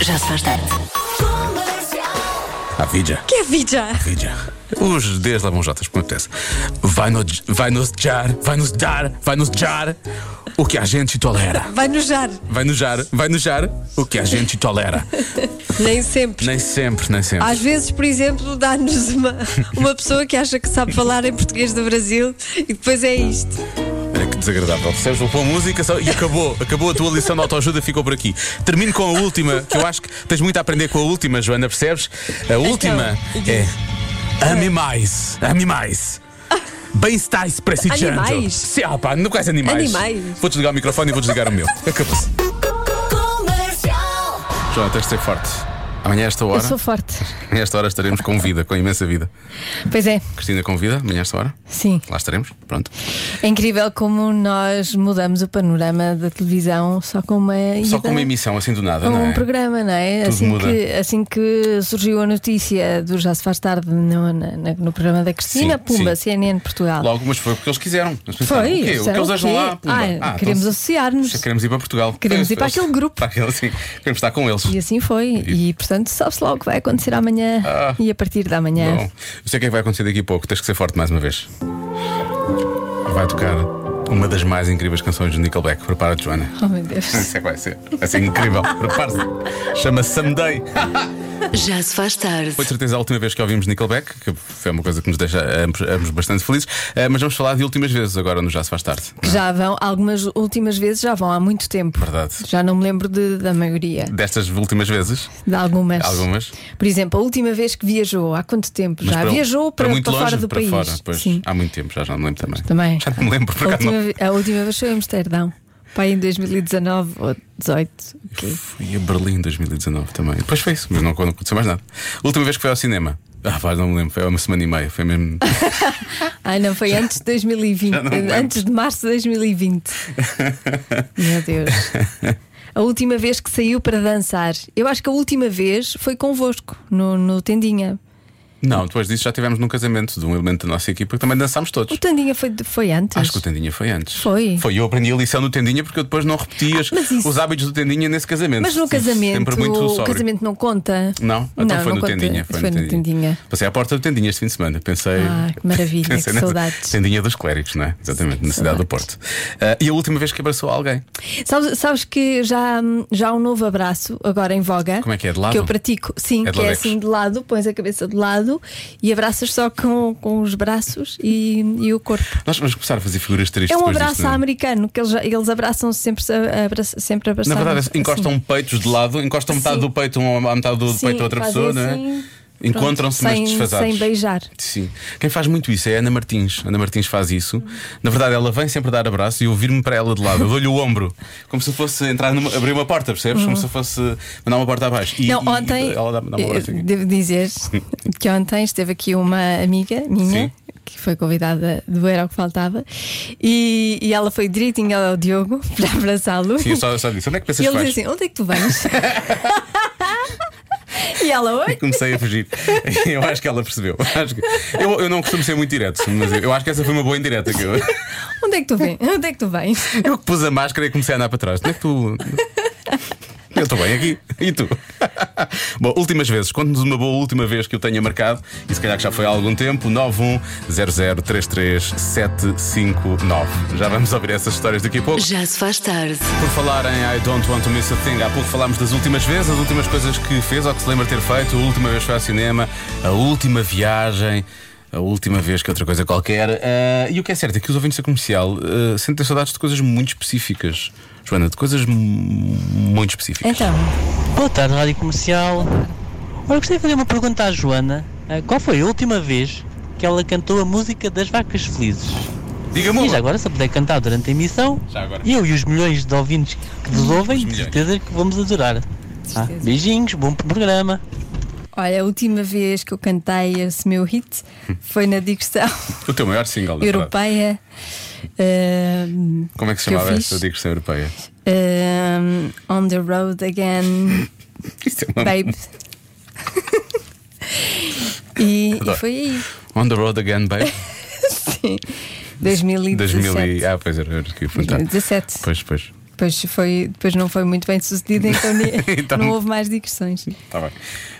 Já se faz tarde. A vida. Que é vida? Vida. Os Ds lá vão Jotas, como é acontece. Vai, no, vai nos jar, vai nos dar, vai nos jar o que a gente tolera. Vai nojar. Vai nos jar, vai nos jar o que a gente tolera. Nem sempre. Nem sempre, nem sempre. Às vezes, por exemplo, dá-nos uma, uma pessoa que acha que sabe falar em português do Brasil e depois é isto. Olha que desagradável. Percebes uma boa música só- e acabou. Acabou a tua lição de autoajuda, ficou por aqui. Termino com a última, que eu acho que tens muito a aprender com a última, Joana, percebes? A Então, última é. Ame mais. Ame mais. Bem-estais para si, Animais? Sim, ah, pá, não quais animais. Animais. Vou desligar o microfone e vou desligar o meu. Acabou-se. Joana, tens de ser forte. Amanhã, a esta hora, Eu sou forte. amanhã a esta hora estaremos com vida, com imensa vida. Pois é, Cristina com vida, amanhã a esta hora. sim. Lá estaremos. Pronto. É incrível como nós mudamos o panorama da televisão só com uma Só com uma ida emissão assim do nada, a não um é? programa, não é? Tudo assim, muda. que, assim que surgiu a notícia do Já se faz tarde no, na- na- no programa da Cristina, Sim, Pumba, sim. CNN Portugal. Logo, mas foi porque eles quiseram. Eles pensaram, Foi, o quê? O que disseram eles o acham quê? lá? Pumba. Ah, queremos então, associar-nos. se- Queremos ir para Portugal. Queremos Foi, ir para foi, aquele grupo. Para aquele, sim. Queremos estar com eles. E assim foi. E portanto, sabe-se logo o que vai acontecer amanhã Ah. e a partir da manhã. Bom, eu sei o que é que vai acontecer daqui a pouco. Tens que ser forte mais uma vez. Vai tocar uma das mais incríveis canções do Nickelback. Prepara-te, Joana. Oh meu Deus. Isso é que vai ser. Vai ser incrível. Prepara-se. Chama-se Someday. Já se faz tarde. Foi de certeza a última vez que ouvimos Nickelback, que foi uma coisa que nos deixa ambos, ambos bastante felizes. Eh, mas vamos falar de últimas vezes agora no Já Se Faz Tarde. Que já vão, algumas últimas vezes já vão há muito tempo. Verdade. Já não me lembro de- da maioria. Destas últimas vezes. De algumas. Algumas. Por exemplo, a última vez que viajou, há quanto tempo Mas já? viajou para, muito para longe, fora do para país. Fora, pois, Sim. Há muito tempo, já, já não me lembro também. Também. Já não me lembro, por A acaso última, não. ve- a última vez foi em Amsterdão. Pai, em 2019 ou 18. ok. Fui a Berlim em 2019 também. Depois foi isso, mas não, não aconteceu mais nada. A última vez que foi ao cinema. Ah, pá, não me lembro, foi há uma semana e meia, foi mesmo. Ah, não, foi antes de 2020. já não me lembro. Antes de março de 2020. Meu Deus. A última vez que saiu para dançar. Eu acho que a última vez foi convosco, no, no Tendinha. não, depois disso já tivemos num casamento de um elemento da nossa equipa que também dançámos O todos. Tendinha foi, foi antes. Acho que o Tendinha foi antes. Foi. Ah, Foi, eu aprendi a lição do Tendinha porque eu depois não repeti as- mas isso- os hábitos do Tendinha nesse casamento. Mas no Tive casamento, Sempre muito o sóbrio. casamento não conta. Não, então foi no conta. Tendinha. Foi, no tendinha. Passei à porta do Tendinha este fim de semana. Pensei. Ah, que maravilha, pensei que nessa- saudades. Tendinha dos clérigos, não é? Exatamente, na cidade do Porto. Ah, e a última vez que abraçou alguém. Sabes, sabes que já, hum, já há um novo abraço agora em voga. Como é que é? De lado? Que eu pratico, sim, É de que é ladeiros. assim de lado, pões a cabeça de lado e abraças só com, com os braços e, e o corpo. Nós vamos começar a fazer figuras tristes É um depois abraço disto, não é? americano, que eles, já- eles abraçam sempre, a- abraça- sempre abraçados. Na verdade, é- assim. encostam peitos de lado, encostam metade Sim. do peito um, à metade do Sim, peito a outra fazem pessoa, não é? assim, Encontram-se, pronto, mas sem- desfasados. sem beijar. Sim. Quem faz muito isso é a Ana Martins. A Ana Martins faz isso. Na verdade, ela vem sempre dar abraço e eu viro-me para ela de lado. Eu dou-lhe o ombro. Como se fosse entrar numa, abrir uma porta, percebes? Como se fosse mandar uma porta abaixo. E, Não, e- ontem e ela dá, dá uma eh, abraço aqui. devo dizer que ontem esteve aqui uma amiga minha Sim. que foi convidada do Era o que Faltava e, e ela foi direitinho ao Diogo para abraçá-lo. Sim, eu só, eu só disse. Onde é que pensas E que ele vais? diz assim: onde é que tu vens? e ela, oi? Comecei a fugir. Eu acho que ela percebeu. Acho que- Eu, eu não costumo ser muito direto, mas eu acho que essa foi uma boa indireta que eu. Onde é que tu vens? Onde é que tu vens? Eu que pus a máscara e comecei a andar para trás. Onde é que tu. Eu estou bem aqui. E tu? Bom, últimas vezes. Conte-nos uma boa última vez que eu tenha marcado. E se calhar que já foi há algum tempo. 910033759. Já vamos ouvir essas histórias daqui a pouco. Já se faz tarde. Por falar em I Don't Want to Miss a Thing, há pouco falámos das últimas vezes, as últimas coisas que fez ou que se lembra ter feito. A última vez foi ao cinema, a última viagem, a última vez que outra coisa qualquer. Ah, e o que é certo é que os ouvintes da comercial ah, sentem saudades de coisas muito específicas. Joana, de coisas mu- muito específicas. Então, Boa tarde, Rádio Comercial. Ora, gostaria de fazer uma pergunta à Joana. Ah, Qual foi a última vez que ela cantou a música das Vacas Felizes? Diga-me E já uma. agora, se a puder cantar durante a emissão, Já agora. eu e os milhões de ouvintes que nos Os ouvem, de milhões. certeza que vamos adorar. Ah, beijinhos, bom programa. olha, a última vez que eu cantei esse meu hit Hum. foi na digressão O teu maior single, na verdade. europeia. Ahm, Como é que se que eu chamava fiz. esta digressão europeia? ahm, on the road again. Isso é uma- Babe. e, e Adoro. foi aí. On the Road Again, babe. Sim. 2017. ah, 2000 e... Ah, pois era, era que eu ia perguntar. 2017. Pois, pois. Depois, foi, depois não foi muito bem sucedido, então, ni- Então- não houve mais digressões. Tá bem.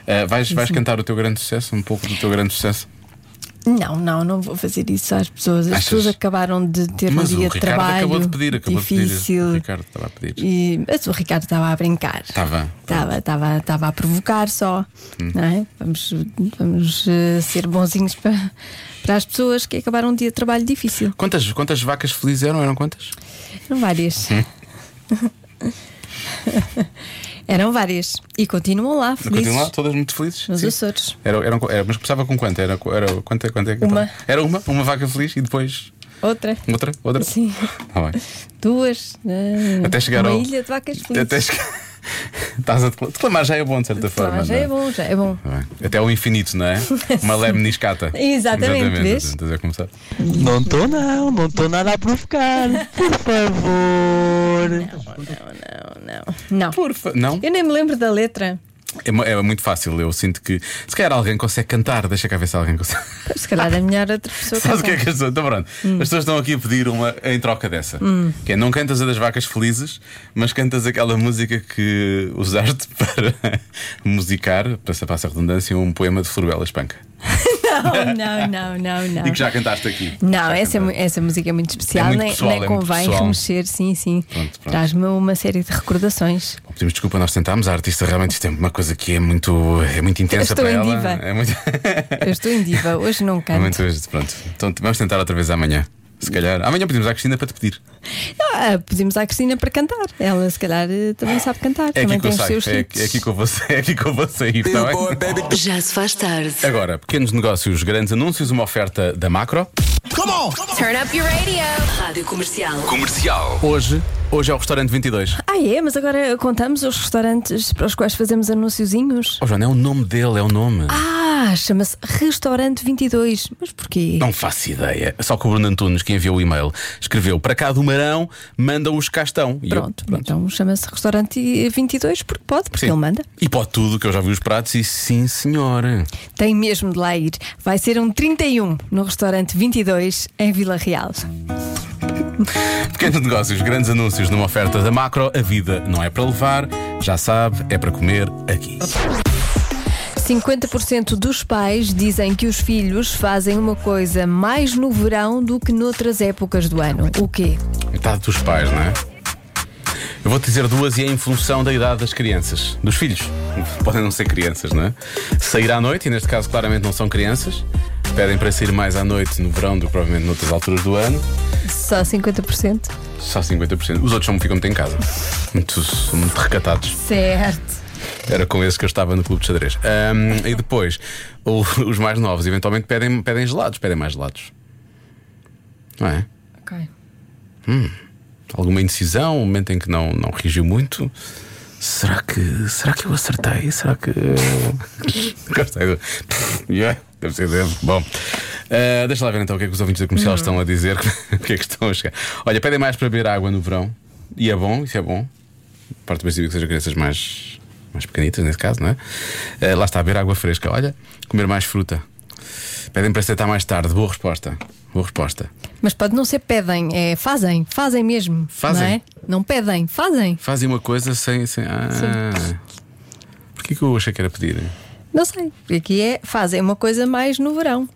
Eh, vais, vais cantar o teu grande sucesso, um pouco do teu grande sucesso. Não, não, não vou fazer isso às pessoas. As Achas? pessoas acabaram de ter Mas um o dia de Ricardo trabalho acabou de pedir, acabou de pedir. O difícil. Ricardo estava a pedir. Tá E, mas o Ricardo estava a brincar. Estava. Estava, estava, estava a provocar só. Hum. Não é? Vamos, vamos eh, ser bonzinhos para, para as pessoas que acabaram um dia de trabalho difícil. Quantas, quantas vacas felizes eram? Eram quantas? Eram várias. Eram várias. E continuam lá, felizes. Continuam lá, todas muito felizes. Nos Sim. Açores. Era, eram- era- mas começava com quanto? Era, era quanto, quanto é que Uma. Era uma, uma vaca feliz e depois Outra. outra, outra. Sim. Tá bem. Duas. eh, Até chegar uma ao- ilha de vacas felizes. Até chegar- Estás a decla- declamar já é bom de certa forma. Claro, já é não bom, já é bom. Tá bem. Até ao infinito, não é? Uma leve niscata. Exatamente, vês? Estás a começar. Não tô não, não tô nada a provocar. Por favor. Não, não. Por fa- Não? Eu nem me lembro da letra. É, mu- é muito fácil. Eu sinto que. Se calhar alguém consegue cantar, deixa cá ver se alguém consegue. Se calhar é melhor outra pessoa Sabes o que é cantar. que as pessoas. Então, pronto. Hum. As pessoas estão aqui a pedir uma em troca dessa. Que é, não cantas a das vacas felizes, mas cantas aquela música que usaste para musicar, para se passa a redundância, um poema de Florbela Espanca. Não, não, não, não. E que já cantaste aqui. Não, Já essa, é mu- cantaste. essa música é muito especial, muito nem, pessoal, nem é muito convém pessoal. remexer, sim, sim. Pronto, pronto. Traz-me uma série de recordações. Pedimos desculpa, nós tentámos. A artista realmente isto é uma coisa que é muito, é muito intensa estou para em ela. diva. É muito. Eu estou em diva, hoje não é muito canto. pronto. Então vamos tentar outra vez amanhã. Se calhar. Amanhã pedimos à Cristina para te pedir. Ah, pedimos à Cristina para cantar. Ela, se calhar, eh, também sabe cantar. É também aqui que eu os saio. seus É, hits. é aqui que eu vou sair. É aqui que eu vou sair, está bem? Já se faz tarde. Agora, pequenos negócios, grandes anúncios, uma oferta da Macro. Turn up your radio. Rádio Comercial. Hoje, hoje é o restaurante 22. Ah, é? Mas agora contamos os restaurantes para os quais fazemos anunciozinhos? Oh, Joana, é o nome dele, é o nome. Ah, chama-se Restaurante 22. Mas porquê? Não faço ideia. Só que o Bruno Antunes, que enviou o e-mail, escreveu para cá do Marão, mandam os castão. E eu- Pronto, então chama-se Restaurante 22 porque pode, porque Sim. ele manda. E pode tudo, que eu já vi os pratos e sim, senhora. Tem mesmo de lá ir. Vai ser um 31 no restaurante 22 em Vila Real. Pequenos negócios, grandes anúncios numa oferta da Macro. A vida não é para levar, já sabe, é para comer aqui. 50% dos pais dizem que os filhos fazem uma coisa mais no verão do que noutras épocas do ano. O quê? Metade dos pais, não é? Eu vou-te dizer duas e é em função da idade das crianças, dos filhos. Podem não ser crianças, não é? Sair à noite, e neste caso claramente não são crianças, pedem para sair mais à noite no verão do que provavelmente noutras alturas do ano, Só 50%? só 50%. Os outros são, ficam muito em casa, muito, muito recatados. Certo. Era com esse que eu estava no clube de xadrez. Ahm, e depois, o- os mais novos eventualmente pedem, pedem gelados, pedem mais gelados. Não é? Ok. alguma indecisão, um momento em que não, não reagiu muito. Será que, será que eu acertei? Será que. Gostei do. Yeah, deve ser dele. Bom, ah, deixa lá ver então o que é que os ouvintes da comercial estão a dizer, o que é que estão a chegar. Olha, pedem mais para beber água no verão. E é bom, isso é bom. Parte do princípio que sejam crianças mais, mais pequenitas, nesse caso, não é? Ah, lá está, beber água fresca. Olha, comer mais fruta. Pedem para aceitar mais tarde. Boa resposta. Boa resposta. Mas pode não ser pedem, é fazem, fazem mesmo. Fazem. Não, é? não pedem, fazem. Fazem uma coisa sem. sem... Ah. Porquê que eu achei que era pedir? Não sei. Aqui é fazem uma coisa mais no verão.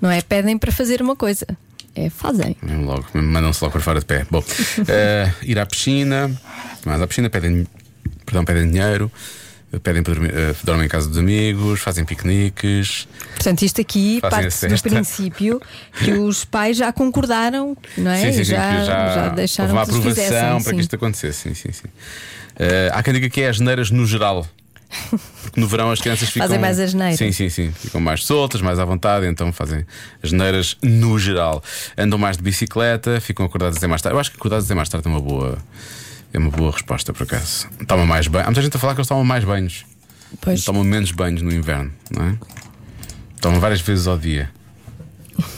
Não é pedem para fazer uma coisa. É fazem. Mesmo logo, mandam-se logo para fora de pé. Bom, eh, ir à piscina, mas à piscina pedem, perdão, pedem dinheiro, eh, pedem para dormir, eh, dormem em casa dos amigos, fazem piqueniques. Portanto, isto aqui Fazem a parte do cesta. princípio que os pais já concordaram, não é? que já, já houve deixaram uma que os aprovação fizessem. para sim. que isto acontecesse. Sim, sim, sim. Eh, há quem diga que é as neiras no geral. Porque no verão as crianças ficam. Fazem mais asneiras. Sim, sim, sim. Ficam mais soltas, mais à vontade, então fazem as neiras no geral. Andam mais de bicicleta, ficam acordados até mais tarde. Eu acho que acordados até mais tarde é uma boa. É uma boa resposta, por acaso. Tomam mais banho. Há muita gente a falar que eles tomam mais banhos. Pois, Tomam menos banhos no inverno, não é? Tomam várias vezes ao dia.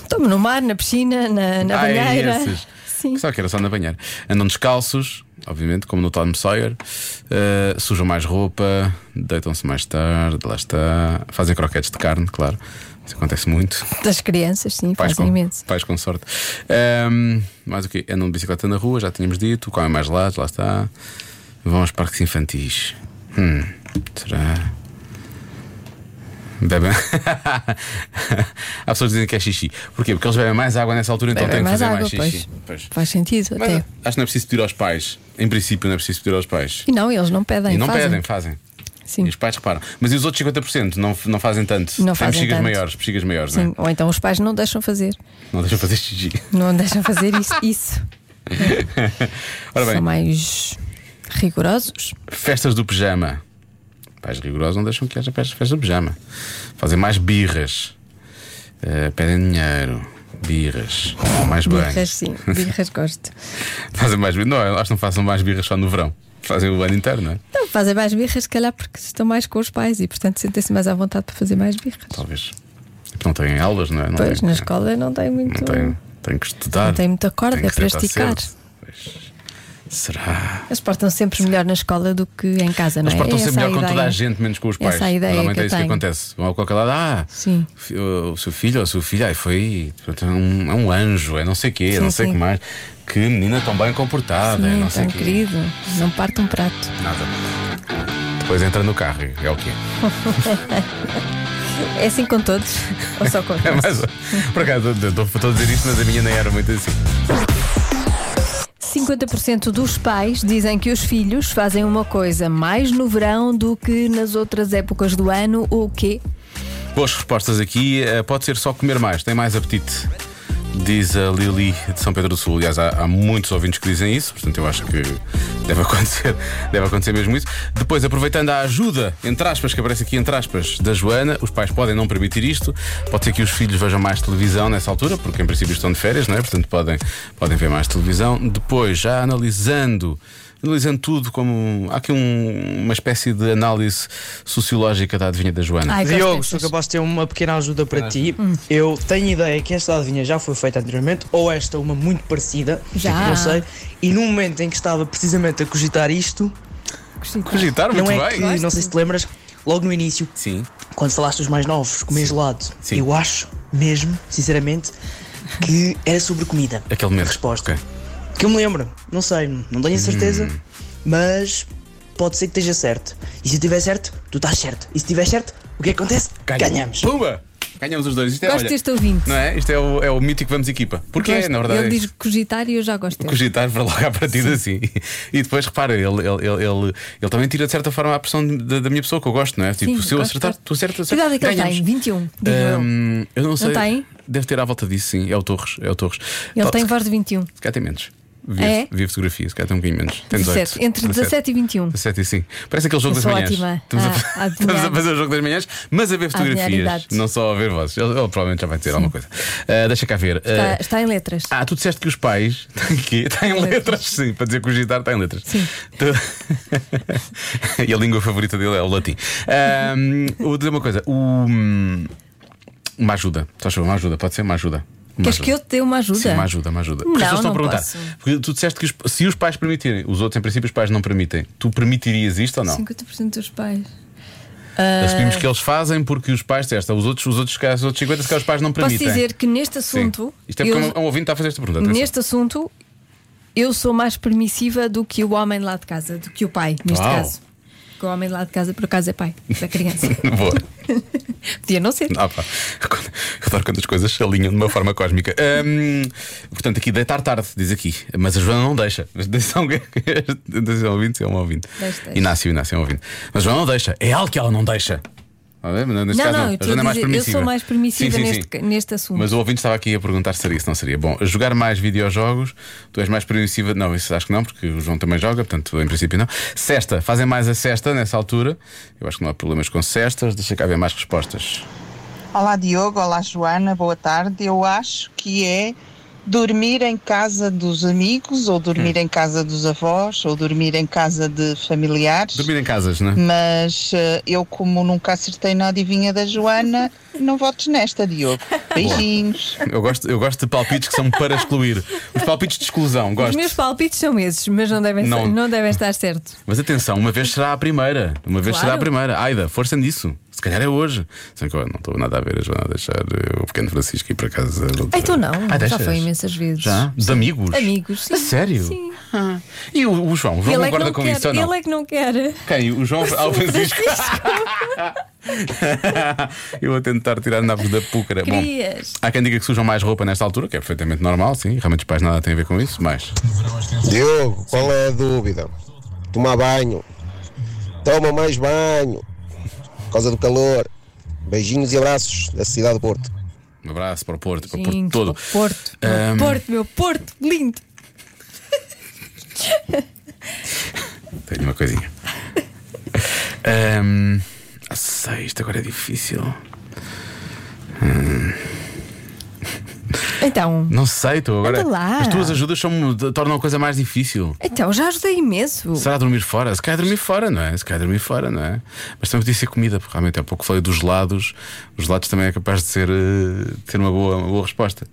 tomo no mar, na piscina, na, na Ah, é banheira. esses. Sim. Só que era só na banheira. Andam descalços, obviamente, como no Tom Sawyer. Uh, sujam mais roupa, deitam-se mais tarde, lá está. Fazem croquetes de carne, claro. Isso acontece muito. Das crianças, sim, Pais fazem com, imenso. pais com sorte. Ahm, mais o quê? Andam de bicicleta na rua, já tínhamos dito. Comem mais lados, lá está. Vão aos parques infantis. Hum, será? Bebem. Há pessoas que dizem que é xixi. Porquê? Porque eles bebem mais água nessa altura, então Bebem têm que mais fazer água, mais xixi. Pois. Faz sentido Mas até. acho que não é preciso pedir aos pais. Em princípio, não é preciso pedir aos pais. E não, eles não pedem. e não fazem. pedem, fazem. Sim. E os pais reparam. Mas e os outros 50% não, não fazem tanto? Não Têm fazem bexigas tanto. maiores, bexigas maiores, não Sim, é? ou então os pais não deixam fazer. Não deixam fazer xixi. Não deixam fazer isso. isso. Ora Tá bem, São mais rigorosos. festas do pijama. Pais rigorosos não deixam que haja festas festas do pijama. Fazem mais birras. Eh, pedem dinheiro. Birras. Mais banho. Birras, sim. Birras gosto. Fazem mais birras. Não, eu acho que não façam mais birras só no verão. Fazem o ano inteiro, não é? Não, Então, fazem mais birras, se calhar, porque estão mais com os pais e, portanto, sentem-se mais à vontade para fazer mais birras. Talvez. Porque Não têm aulas, não é? Não Pois, têm- na escola não tem muito. Não têm, têm que estudar. Não têm muita corda Têm que para sentar esticar. cedo. Pois. Será? Eles portam sempre melhor na escola do que em casa, não Eles é? portam é sempre essa melhor a com toda a ideia. gente, menos com os pais. Essa é a ideia Normalmente que eu é isso que tenho. acontece. Vão a qualquer lado, ah, Sim. fi- o o seu filho ou a sua filha, ai, foi portanto, é um, é um anjo, é não sei o quê, é Sim, não sei o sim. que mais. Que menina tão bem comportada, é Sim, não sei o tão quê. querido. Não parte um prato. Nada. Depois entra no carro, e é o quê? É assim com todos? Ou só com É eles? mais. Por acaso, eu estou- estou a dizer isto, mas a minha nem era muito assim. 50% dos pais dizem que os filhos fazem uma coisa mais no verão do que nas outras épocas do ano, o quê? Boas respostas aqui. Eh, Pode ser só comer mais, tem mais apetite. Diz a Lili de São Pedro do Sul. Aliás, há, há muitos ouvintes que dizem isso, portanto eu acho que deve acontecer, deve acontecer mesmo isso. Depois, aproveitando a ajuda, entre aspas, que aparece aqui entre aspas, da Joana, os pais podem não permitir isto. Pode ser que os filhos vejam mais televisão nessa altura, porque em princípio estão de férias, não é? Portanto, podem, podem ver mais televisão. Depois, já analisando analisando tudo como há aqui um- uma espécie de análise sociológica da adivinha da Joana. É Ai, gosto Diogo, destas. sou capaz de ter uma pequena ajuda é? para ti. Eu tenho ideia que esta adivinha já foi feita anteriormente, ou esta, uma muito parecida, Já. não sei. E no momento em que estava precisamente a cogitar isto, Cogitar, muito não é bem. que, não sei se te lembras, logo no início, Sim. quando falaste dos mais novos, comer gelado, Sim. eu acho mesmo, sinceramente, que era sobre comida. Aquele momento. A resposta. Ok. Hum. Que eu me lembro, não sei, não tenho a certeza, mas pode ser que esteja certo. E se estiver certo, tu estás certo. E se estiver certo, o que é que acontece? Ganhamos. Pumba! Ganhamos os dois. Isto é, Gosto olha, deste ouvinte. Não é? Isto é o, é o mítico Vamos Equipa. Porque é, Gosto. na verdade. Ele é diz isto. cogitar e eu já gosto dele. Cogitar para logo à partida assim. E depois, repara, ele, ele, ele, ele, ele também tira de certa forma a pressão de- da, da minha pessoa que eu gosto, não é? Tipo, Sim, se eu gosto, acertar, gosto. tu acertas, Que idade é que ele ganhamos. tem? 21, digo eu. Hum, eu não sei. tem? Deve ter à volta disso, sim. É o Torres. É o Torres. Ele Tal- tem se- voz de 21. Se calhar tem menos. Vi, É? vi a fotografia, se calhar tem um bocadinho menos. Tem 18. 17, entre 17 e 21. 17 e 5. Parece aquele jogo Eu das sou manhãs. ótima Estamos, a- a, a estamos a adivinhar. fazer o jogo das manhãs, mas a ver adivinhar fotografias. idades. Não só a ver vozes. Ele, ele provavelmente já vai dizer alguma coisa. Ah, deixa cá ver. Está, Ah, está em letras. ah, tu disseste que os pais têm que têm letras. letras. sim, para dizer que o gitar tem letras. Sim. Tu- e a língua favorita dele é o latim. Ahm, vou dizer uma coisa: o... hum, uma ajuda. Estás a ver? Uma ajuda, pode ser uma ajuda. Uma Queres ajuda. que eu te dê uma ajuda? Sim, uma ajuda, uma ajuda. Porque as Não, pessoas estão a não perguntar. posso. Porque tu disseste que os- se os pais permitirem, os outros, em princípio, os pais não permitem, tu permitirias isto ou não? 50% dos pais. Eh, Assumimos que eles fazem porque os pais disseste, os outros, os outros, se calhar, os outros 50, se calhar os pais não Posso permitem. dizer que neste Sim. assunto. Isto é porque eu- um- um ouvinte está a fazer esta pergunta. atenção. Neste assunto, eu sou mais permissiva do que o homem lá de casa, do que o pai, neste Uau. caso. Porque o homem lá de casa, por acaso, é pai da criança. Boa. Podia não ser. Ah, pá. Quando- Adoro quando as coisas se alinham de uma forma cósmica. Hum, portanto, aqui deitar tarde, diz aqui. Mas a Joana não deixa. Mas Atenção, que- atenção ouvinte, se é um ouvinte. Deixa, deixa. Inácio, Inácio é um ouvinte. Mas a Joana não deixa. É algo que ela não deixa. Está a ver? Mas Neste Não, caso, não, não. eu a estou Joana a é mais dizer, eu permissiva. sou mais permissiva Sim, sim, sim. neste, neste assunto. Mas o ouvinte estava aqui a perguntar se seria isso, não seria. Bom, jogar mais videojogos, tu és mais permissiva. Não, isso acho que não, porque o João também joga, portanto, em princípio não. Sexta, fazem mais a cesta nessa altura. Eu acho que não há problemas com cestas. Deixa cá ver mais respostas. Olá Diogo, olá Joana, boa tarde. Eu acho que é dormir em casa dos amigos, ou dormir em casa dos avós, ou dormir em casa de familiares. Dormir em casas, não é? Mas eh, eu, como nunca acertei na adivinha da Joana, não votes nesta, Diogo. Beijinhos. Eu gosto, eu gosto de palpites que são para excluir. Os palpites de exclusão, Os gosto. meus palpites são esses, mas não devem, ser- Não. não devem estar certos. Mas atenção, uma vez será a primeira. Uma vez Claro. será a primeira. Aida, força nisso. Se calhar é hoje. Sei que eu não estou nada a ver, a Joana a deixar eh, o pequeno Francisco ir para casa. Ah, Então não, Ah, já deixas? foi imensas vezes. Já? De amigos? Amigos, A sim. sério? Ah. Sim. E o, o João? O João Ele é, que concorda não com quer, isso ou não? ele é que não quer. Quem? O João ah, o Francisco? Eu vou tentar tirar nabos da púcara. Bom, Querias. há quem diga que sujam mais roupa nesta altura, que é perfeitamente normal, sim. Realmente os pais nada têm a ver com isso, mas. Diogo, qual é a dúvida? Tomar banho. Toma mais banho. Por causa do calor. Beijinhos e abraços da cidade do Porto. Um abraço para o Porto, para o Porto Sim, todo. Porto, meu Ahm. Porto, meu Porto, lindo. Tenho uma coisinha. Ahm, ah, sei, isto agora é difícil. Então, Não sei, tu agora. Anda lá. As tuas ajudas são, tornam a coisa mais difícil. então já ajudei imenso. Será dormir fora? Se calhar dormir fora, não é? Se calhar dormir fora, não é? Mas também podia ser comida, porque realmente há pouco falei dos gelados. Os gelados também é capaz de ser, eh, ter uma boa, uma boa resposta.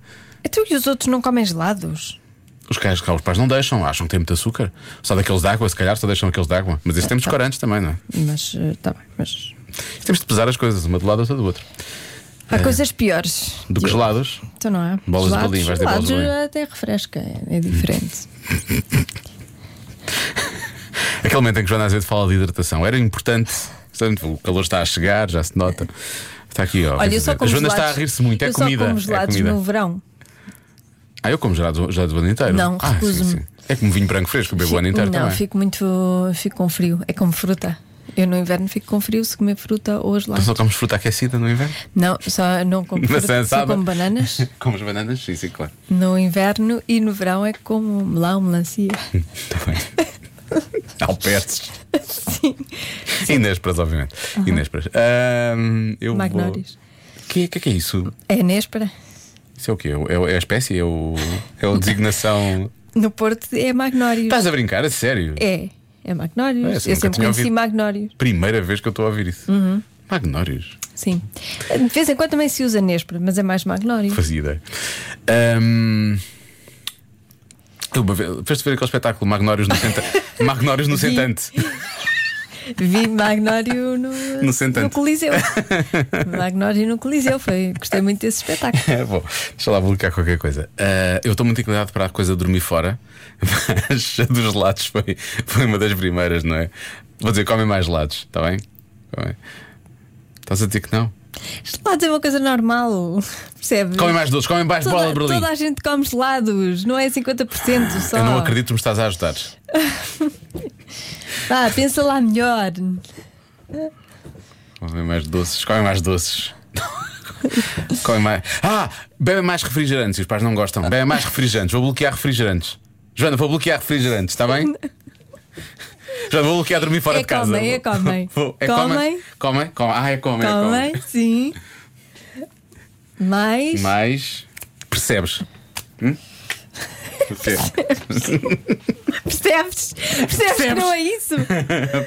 Então e os outros não comem gelados? Os caras cá, os pais não deixam, acham que tem muito açúcar. Só daqueles de água, se calhar só deixam aqueles de água. Mas isso temos corantes também, não é? Mas eh, tá bem, mas Isto Temos de pesar as coisas, uma do lado, outra do outro. há coisas piores. É. Do que gelados. Então não é? Bolas de Gelados- bolinho, vais ter bolas de gelados bolinho. Hum. até refresca, é- é diferente. Aquele momento em que Joana Azevedo fala de hidratação era importante. Portanto, O calor está a chegar, já se nota. Está aqui, ó. Olha, eu só a como Joana gelados, está a rir-se muito, é eu comida. Só como é gelados comida. no verão. Ah, eu como gelados gelados o ano inteiro. Não, ah, sim, recuso-me. sim. É como vinho branco fresco, eu bebo o ano inteiro não, também. fico muito. fico com frio. É como fruta. Eu no inverno fico com frio se comer fruta ou Tu gelado. Então só comes fruta aquecida no inverno? Não, só não como Maçã fruta, só assada. como bananas Comes bananas? Sim, sim, claro. no inverno e no verão é como melão, melancia. Está Hum, tá bem. Alperces. Sim. Inésperas, obviamente. Inésperas. Ahm, eu vou- Magnólias. O que, é- que é que é isso? É néspera. Isso é o quê? É, o- é o- é a espécie? É, o, é a designação. No Porto é magnórios. Estás a brincar? A sério? É, é magnórios. É, Eu assim, nunca sempre tinha conheci ouvido. magnórios. Primeira vez que eu estou a ouvir isso. Magnórios. Sim. De vez em quando também se usa néspera, mas é mais magnório. Fazia ideia. Ahm, eu uma vez- Fez-te ver aquele espetáculo Magnórios no Sentante. Magnórios no Vi. Sentante. Vi magnório no, No Sentante. no Coliseu. magnório no Coliseu. Foi, gostei muito desse espetáculo. É, bom, deixa lá bloquear qualquer coisa. Ah, eu estou muito inclinado para a coisa de dormir fora, mas a dos gelados foi, foi uma das primeiras, não é? Vou dizer, comem mais gelados, está bem? Comem. Estás a dizer que não? Gelados é uma coisa normal, percebes? Comem mais doces, comem mais bola Hum. Toda, de Berlim. toda a gente come gelados, não é 50% só. Eu não acredito que me estás a ajudar. Ah, pensa lá melhor. é Comem mais doces, comem mais doces. comem mais. Ah! Bebem mais refrigerantes, e os pais não gostam. Bebem mais refrigerantes, vou bloquear refrigerantes. Joana, vou bloquear refrigerantes, está bem? Joana, vou bloquear dormir fora É de casa. comem, é comem. Vou- é Comem. Comem, comem. Ah, é comem, é Comem, sim. Mas. Mas percebes? Hum? O quê? Percebes? Percebes, que não é isso?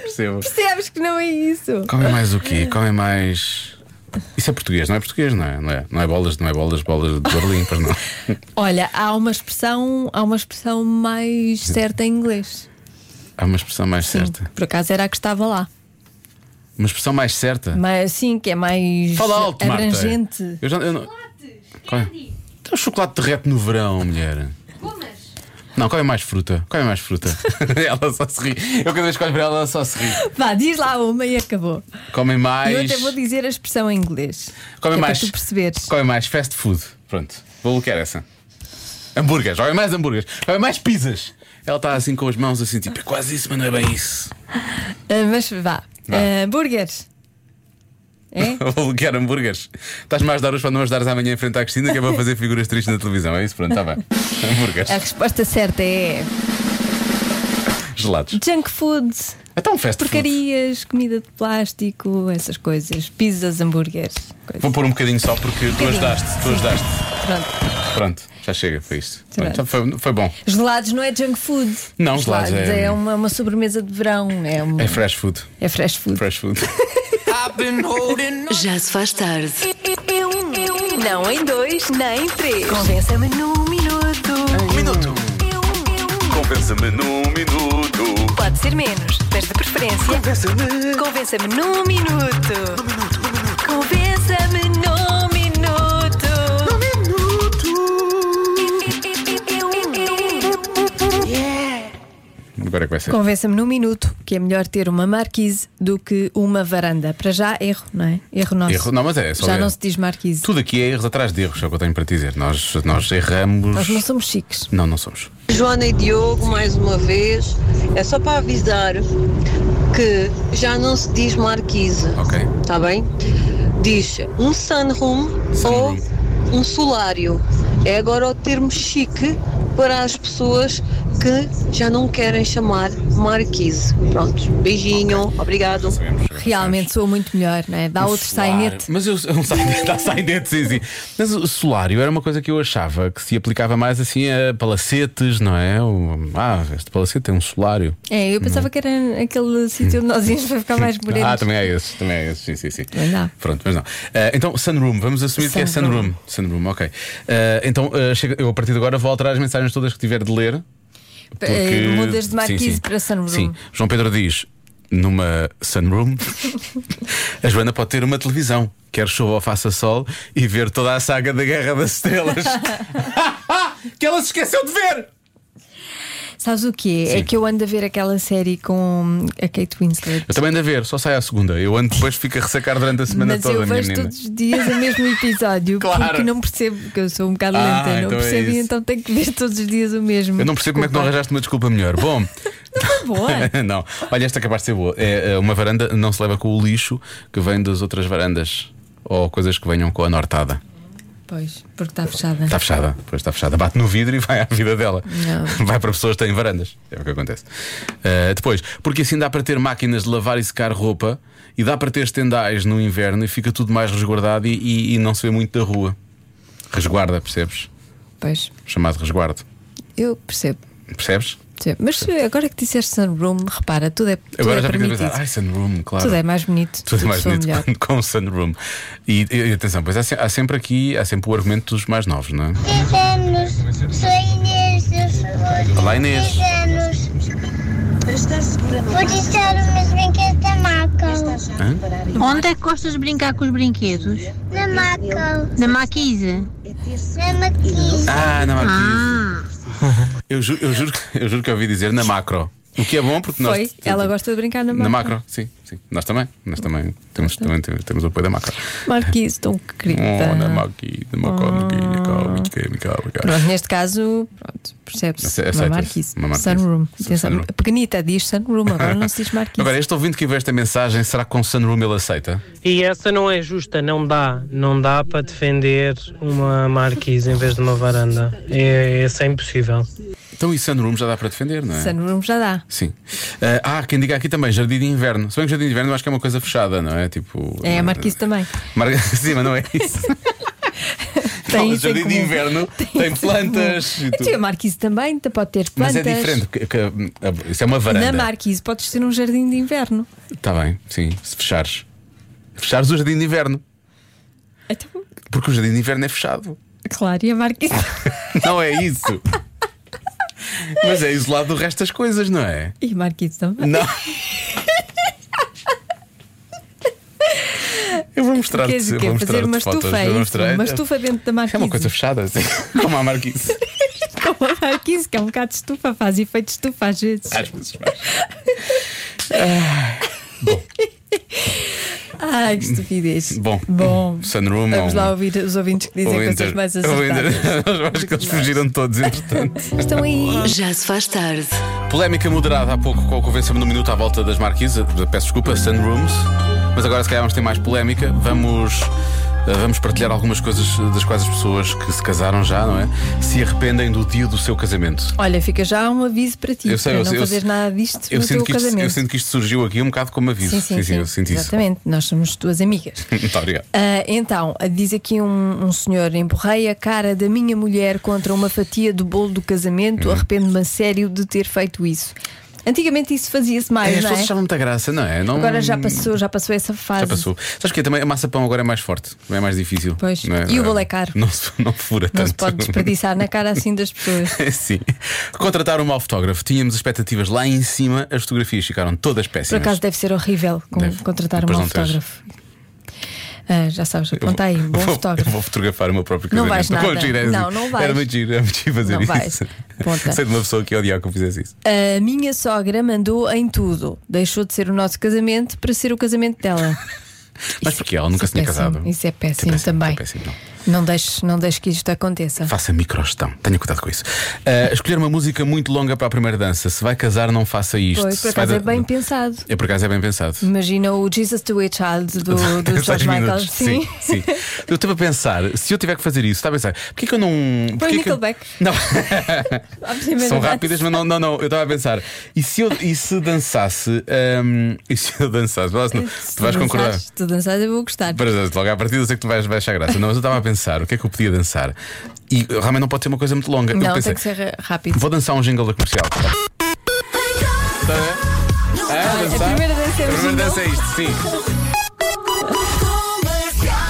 Percebo. Percebes que não é isso? Comem mais o quê? Comem mais. Isso é português, não é português, não é? Não é, não é bolas, não é bolas, bolas de Berlim, pois não. Olha, há uma expressão, há uma expressão mais certa em inglês. Há uma expressão mais certa. Por acaso era a que estava lá. Uma expressão mais certa. Mas sim, que é mais Fala alto, Marta. abrangente. Eu já, eu não... Comem- Então o chocolate derrete no verão, mulher. Não, come mais fruta. Come mais fruta. ela só se ri. Eu cada vez que olho para ela, ela só se ri. Vá, diz lá uma e acabou. Comem mais. Eu até vou dizer a expressão em inglês. Comem que é mais. Para tu perceberes. Comem mais fast food. Pronto, vou bloquear essa. Hambúrgueres, comem mais hambúrgueres, comem mais pizzas. Ela está assim com as mãos, assim, tipo, é quase isso, mas não é bem isso. Ah, mas vá. Vá. Ah, burgers. É? Vou bloquear hambúrgueres. Estás-me a ajudar hoje para não ajudares amanhã em frente à Cristina, que é para fazer figuras tristes na televisão. É isso, pronto, está bem. Hambúrgueres, A resposta certa é gelados. junk food, Então, fast food. porcarias, comida de plástico, essas coisas, pizzas, hambúrgueres. coisas. Vou pôr um bocadinho só porque tu ajudaste, tu ajudaste. Pronto. Pronto, já chega, foi isto. Tudo Pronto, já foi, foi bom. Gelados não é junk food. Não, gelados é- é uma, uma sobremesa de verão, é, um- É fresh food. é fresh food. Fresh food. Já se faz tarde. Não em dois, nem em três. Convença-me num minuto. Um minuto. Eu, eu. Convença-me num minuto. Pode ser menos, mas de preferência. Convença-me. Convença-me num minuto. Num minuto, num minuto. Convença-me num minuto. Num minuto. Agora é que vai ser. Convença-me num minuto que é melhor ter uma marquise do que uma varanda. Para já, erro, não é? Erro nosso. Erro, não, mas é, só já é. não se diz marquise. Tudo aqui é erros atrás de erros, é o que eu tenho para te dizer. Nós, nós erramos. Nós não somos chiques. Não, não somos. Joana e Diogo, mais uma vez, é só para avisar que já não se diz marquise, Ok. Tá. está bem? Diz um sunroom Sunroom. ou um solário. É agora o termo chique para as pessoas que já não querem chamar marquise. Pronto, beijinho, obrigado. Sabemos. Realmente sou muito melhor, não é? Dá outro Solar. sainete. Mas eu. Um sainete, dá sainete, sim, sim. Mas o solário era uma coisa que eu achava que se aplicava mais assim a palacetes, não é? O- ah, este palacete tem um solário. É, eu pensava que era aquele sítio onde nós íamos para ficar mais morenos. Uhum. Ah, também é esse, também é esse, sim, sim, sim. Também dá. Pronto, mas não. Ah, então, Sunroom, vamos assumir que é Sunroom. Sunroom. Sunroom, ok. Ah, então, ah, chega- eu a partir de agora vou alterar as mensagens todas que tiver de ler. P- porque- eh, Mudas de marquise Sim, sim. para sunroom. Sim, João Pedro diz: numa sunroom, a Joana pode ter uma televisão, quer chova ou faça sol, e ver toda a saga da Guerra das Estrelas. que ela se esqueceu de ver! Sabes o que é? Sim. É que eu ando a ver aquela série com a Kate Winslet. Eu também ando a ver, só sai à segunda. Eu ando depois, fico a ressacar durante a semana Mas toda, eu minha vejo menina. todos os dias o mesmo episódio Claro. porque não percebo, que eu sou um bocado Ah, lenta, não então é percebo e isso. então tenho que ver todos os dias o mesmo. Eu não percebo como é que não Desculpa. arranjaste uma desculpa melhor. Bom. Tá Boa. não, olha, esta capaz de ser boa. É, é, uma varanda não se leva com o lixo que vem das outras varandas ou coisas que venham com a nortada. Pois, porque está fechada. Está fechada, pois está fechada. Bate no vidro e vai à vida dela. Não. Vai para pessoas que têm varandas. É o que acontece. Uh, depois, porque assim dá para ter máquinas de lavar e secar roupa e dá para ter estendais no inverno e fica tudo mais resguardado e, e- e não se vê muito da rua. Resguarda, percebes? Pois, Chamado resguardo. eu percebo. Percebes? percebo. Mas se- agora que disseste Sunroom, repara, tudo é, tudo Agora é já fiquei a permitido. pensar. "Ah, Ai, sunroom, claro. Tudo é mais bonito. Tudo é mais soa bonito melhor. com, com o sunroom. E, e atenção, pois há, se- há sempre aqui, há sempre o argumento dos mais novos, não é? anos, sou Inês dos Flores. Olá, Inês. anos. Vou deixar os meus brinquedos da Macau. Onde é que gostas de brincar com os brinquedos? Na Macau. Na maquise? Na Maquis. Ah, não há aqui. Ah, Eu, ju- eu juro, que- eu juro que eu ouvi dizer na macro. O que é bom porque nós. Foi, ela gosta de brincar na Na mão. macro, sim, sim. Nós também. Nós também temos, também temos, temos o apoio da macro. Marquise, tão querida. Oh, na maqui, na macro, na Oh. maqui, na macro, na maqui, na macro, na macro. Pronto, neste caso, pronto, percebe-se. Ace- Uma aceita-se. marquise. Uma marquise. Sunroom. Sun- Atenção, sunroom. a Pequenita diz Sunroom, agora não se diz marquise. Agora, este ouvinte que enviou esta mensagem, será que com Sunroom ele aceita? E essa não é justa, não dá. Não dá para defender uma marquise em vez de uma varanda. É, essa é impossível. Então, e Sunroom já dá para defender, não é? Sunroom já dá. Sim. Ah, há quem diga aqui também, jardim de inverno. Se bem que jardim de inverno eu acho que é uma coisa fechada, não é? Tipo. É a Marquise também. Mar... Sim, mas não é isso. Tem isso em jardim de comum. inverno tem, plantas. e Então, tudo. a Marquise também te- pode ter Mas plantas. é diferente. que- que- a- isso é uma Na varanda. Marquise podes ter um jardim de inverno. Está bem, sim. Se fechares. Fechares o jardim de inverno. Então, Porque o jardim de inverno é fechado. claro, e a Marquise. Não é isso. Mas é isolado do resto das coisas, não é? e a Marquise também. Não. Eu vou mostrar-te. Queres o eu quê? vou mostrar Fazer uma fotos, estufa, é eu vou isso? mostrar- Uma estufa dentro da Marquise. É uma coisa fechada, assim, como a marquise. Com a Marquise, que é um bocado de estufa, faz efeito de estufa às vezes. Ah. Às vezes mais. Ai, que estupidez. Bom, Bom. Sunroom Vamos ou- lá ouvir os ouvintes que dizem ou coisas Inter. mais Ou acertadas. Inter. Eu acho que eles fugiram todos, entretanto. Estão aí. Já se faz tarde. Polémica moderada há pouco com o Convença-me no Minuto à volta das marquises. Peço desculpa, Sunrooms. Mas agora, se calhar, vamos ter mais polémica. Vamos. eh, Vamos partilhar algumas coisas das quais as pessoas que se casaram já, não é? Se arrependem do dia do seu casamento. Olha, fica já um aviso para ti, Eu sei, eu para não sei, eu fazer sei. nada disto Eu no sinto, teu que isto, casamento. eu sinto que isto surgiu aqui um bocado como aviso. Sim, sim, sim. eu sinto isso. Exatamente, nós somos tuas amigas. Muito obrigado. Ah, então, diz aqui um, um senhor: empurrei a cara da minha Hum. mulher contra uma fatia do bolo do casamento, arrependo-me a sério de ter feito isso. Antigamente isso fazia-se mais, as não pessoas é? achavam muita graça, não é? Não- Agora já passou, já passou essa fase. Já passou. Sabes que também a massa pão agora é mais forte, é mais difícil. Pois. não E o bolo é caro. Não se não fura Não tanto. se pode desperdiçar na cara assim das pessoas. Sim. Contratar um mau fotógrafo. Tínhamos expectativas lá em cima, as fotografias ficaram todas Por péssimas. acaso deve ser horrível com- Deve. contratar um Depois mau não tens. fotógrafo. Ah, já sabes, Eu vou- aponta aí, um bom eu vou- fotógrafo. Eu vou fotografar o meu próprio Não casamento. vais nada. Bom, giro, é Não, assim. não vais. Era muito giro, era muito giro fazer Não isso. vais. Ponta. Sei de uma pessoa que ia odiar que eu fizesse isso. A minha sogra mandou em tudo. Deixou de ser o nosso casamento para ser o casamento dela. Mas porque ela nunca se tinha Péssimo. casado. Isso é péssimo, também. Péssimo, não. Não deixes não deixes que isto aconteça. Faça microgestão, tenha cuidado com isso. Ah, escolher uma música muito longa para a primeira dança. Se vai casar, não faça isto. Pois, por Se vai acaso é da- bem pensado. É por acaso é bem pensado. Imagina o Jesus to a Child do, do Seis George Michael. minutos. Sim. sim. Eu estive a pensar, se eu tiver que fazer isso, está a pensar, porquê que eu não. porquê Põe que eu- Nickelback. Não. À primeira São dança. rápidas, mas não, não, não. Eu estava a pensar. E se eu e se dançasse? hum, e se eu dançasse? Vá, se não- Se tu vais concordar. dançares, tu dançares, eu vou gostar. Para já, logo à partida eu sei que tu vais, vais achar graça. Não, mas eu estava a pensar o que é que eu podia dançar. E realmente não pode ser uma coisa muito longa. eu Não, pensei, tem que ser ra- rápido. vou dançar um jingle da comercial. Está bem? Ah, Ah, dançar? a primeira dança é o A primeira jingle. dança é isto, sim.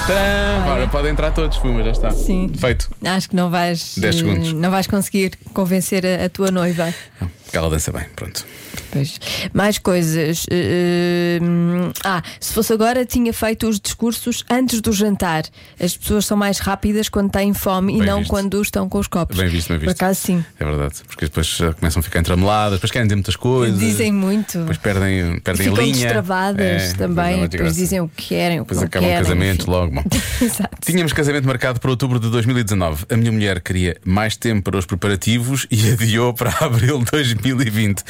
Tadã! Bora, podem entrar todos, fuma, já está. Sim. Feito. Acho que não vais, Dez eh, segundos. não vais conseguir convencer a, a tua noiva. Porque ela dança bem, pronto. Pois. Mais coisas. eh, hum, ah, se fosse agora, tinha feito os discursos antes do jantar. As pessoas são mais rápidas quando têm fome e Bem não visto. quando estão com os copos. Bem visto, bem visto. Por acaso, sim. É verdade, porque depois já começam a ficar entrameladas, depois querem dizer muitas coisas. Dizem muito. Depois perdem, perdem a Ficam linha. destravadas É, também. não é Depois de graça. dizem o que querem, o que Depois não acabam o querem. casamento logo. Bom. Exato. Tínhamos casamento marcado para outubro de 2019. A minha mulher queria mais tempo para os preparativos e adiou para abril de 2020.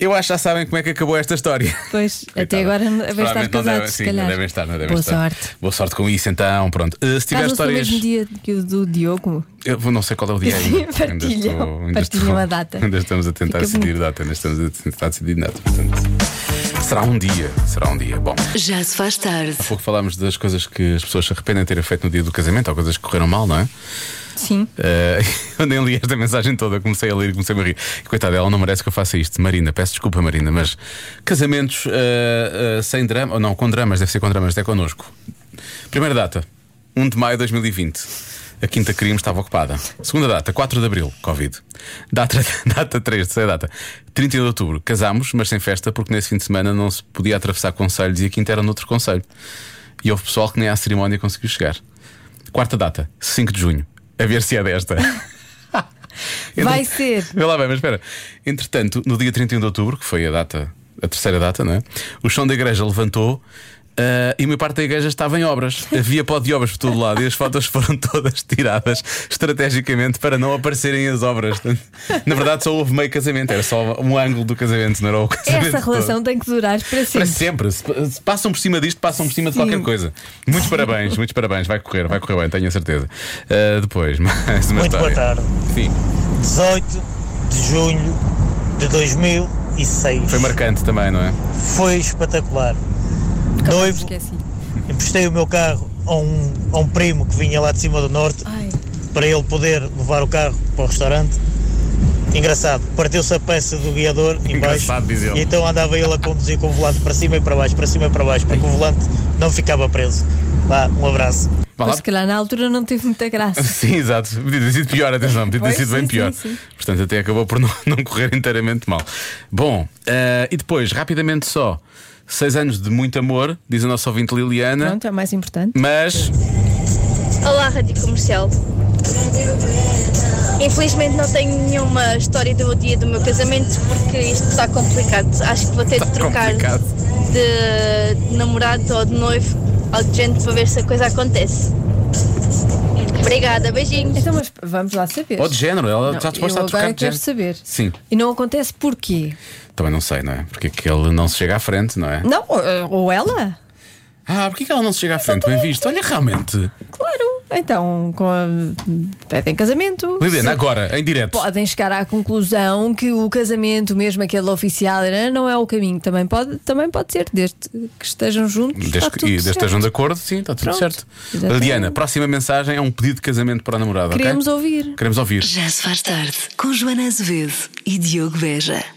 Eu acho que já sabem como é que acabou esta história. Pois, até agora não- devem estar Provavelmente não devem- casados, se sim, calhar. não devem estar, não devem Boa estar. sorte. Boa sorte com isso, então. Pronto. Uh, se tiver Casam-se no histórias. mesmo dia que o do Diogo. Eu vou- não sei qual é o dia Sim, ainda. partilham. Ainda estou- ainda Partilham estou- a data. Ainda estamos a tentar Fica decidir data, ainda estamos a tentar decidir data. Portanto, será um dia, será um dia. Bom. Já se faz tarde. Há pouco falámos das coisas que as pessoas se arrependem de terem feito no dia do casamento, ou coisas que correram mal, não é? Sim. Eh, eu nem li esta mensagem toda, comecei a ler e comecei a rir. Coitada, ela não merece que eu faça isto. Marina, peço desculpa, Marina, mas casamentos eh, eh, sem drama, ou não, com dramas, deve ser com dramas, é connosco. Primeira data, 1 de maio de 2020. A quinta crime estava ocupada. Segunda data, 4 de abril, Covid. Data, data 3, terceira data, 30 de outubro. Casámos, mas sem festa, porque nesse fim de semana não se podia atravessar conselhos e a quinta era noutro conselho. E houve pessoal que nem à cerimónia conseguiu chegar. Quarta data, 5 de junho. A ver se é desta. Vai ser. Vê lá bem, mas espera. Entretanto, no dia 31 de outubro, que foi a data, a terceira data, não é? O chão da igreja levantou. ah, e uma parte da igreja estava em obras. Havia pó de obras por todo lado e as fotos foram todas tiradas estrategicamente para não aparecerem as obras. Na verdade, só houve meio casamento, era só um ângulo do casamento, não era o casamento. Essa todo. relação tem que durar para Para sempre. sempre. Se se passam por cima disto, passam por cima de Sim. qualquer coisa. Muitos parabéns, muitos parabéns. Vai correr, vai correr bem, tenho a certeza. Ah, depois, mais uma Muito boa história. tarde. Sim, 18 de junho de 2006. foi marcante também, não é? Foi espetacular. Noivo, é assim. emprestei o meu carro a um, a um primo que vinha lá de cima do norte para ele poder levar o carro para o restaurante. Engraçado, partiu-se a peça do guiador em baixo Engraçado, diz ele. e então andava ele a conduzir com o volante para cima e para baixo, para cima e para baixo, porque o volante não ficava preso. Vá, um abraço. Vá lá. Mas se calhar na altura não teve muita graça. Sim, exato. Podia ter sido pior, atenção, podia ter Pois, sido bem sim, pior. sim, sim. Portanto, até acabou por não, não correr inteiramente mal. Bom, ah, e depois, rapidamente só, seis anos de muito amor, diz a nossa ouvinte Liliana, Pronto, é o mais importante. mas. Olá, Rádio Comercial. Infelizmente não tenho nenhuma história do dia do meu casamento porque isto está complicado. Acho que vou ter de trocar complicado. de, de namorado ou de noivo ou de gente para ver se a coisa acontece. Obrigada, beijinhos. Então, mas vamos lá saber. Ou de género, ela Não, está disposta eu a trocar agora de quero género. saber. Sim, E não acontece porquê? também não sei, não é? Porque é que ele não se chega à frente, não é? Não, ou- ou ela? Ah, porquê que ela não se chega à frente? Bem visto. Olha, realmente. Claro. Então, com a... pedem casamento. Liliana, Se- agora, em direto. Podem chegar à conclusão que o casamento, mesmo aquele oficial, né, não é o caminho. Também pode, também pode ser, desde que estejam juntos. está Desde que Tá tudo e desde certo. estejam de acordo, sim, está tudo Pronto, certo. exatamente. Liliana, próxima mensagem é um pedido de casamento para a namorada, Queremos ok? ouvir. Queremos ouvir. Já se faz tarde com Joana Azevedo e Diogo Veja.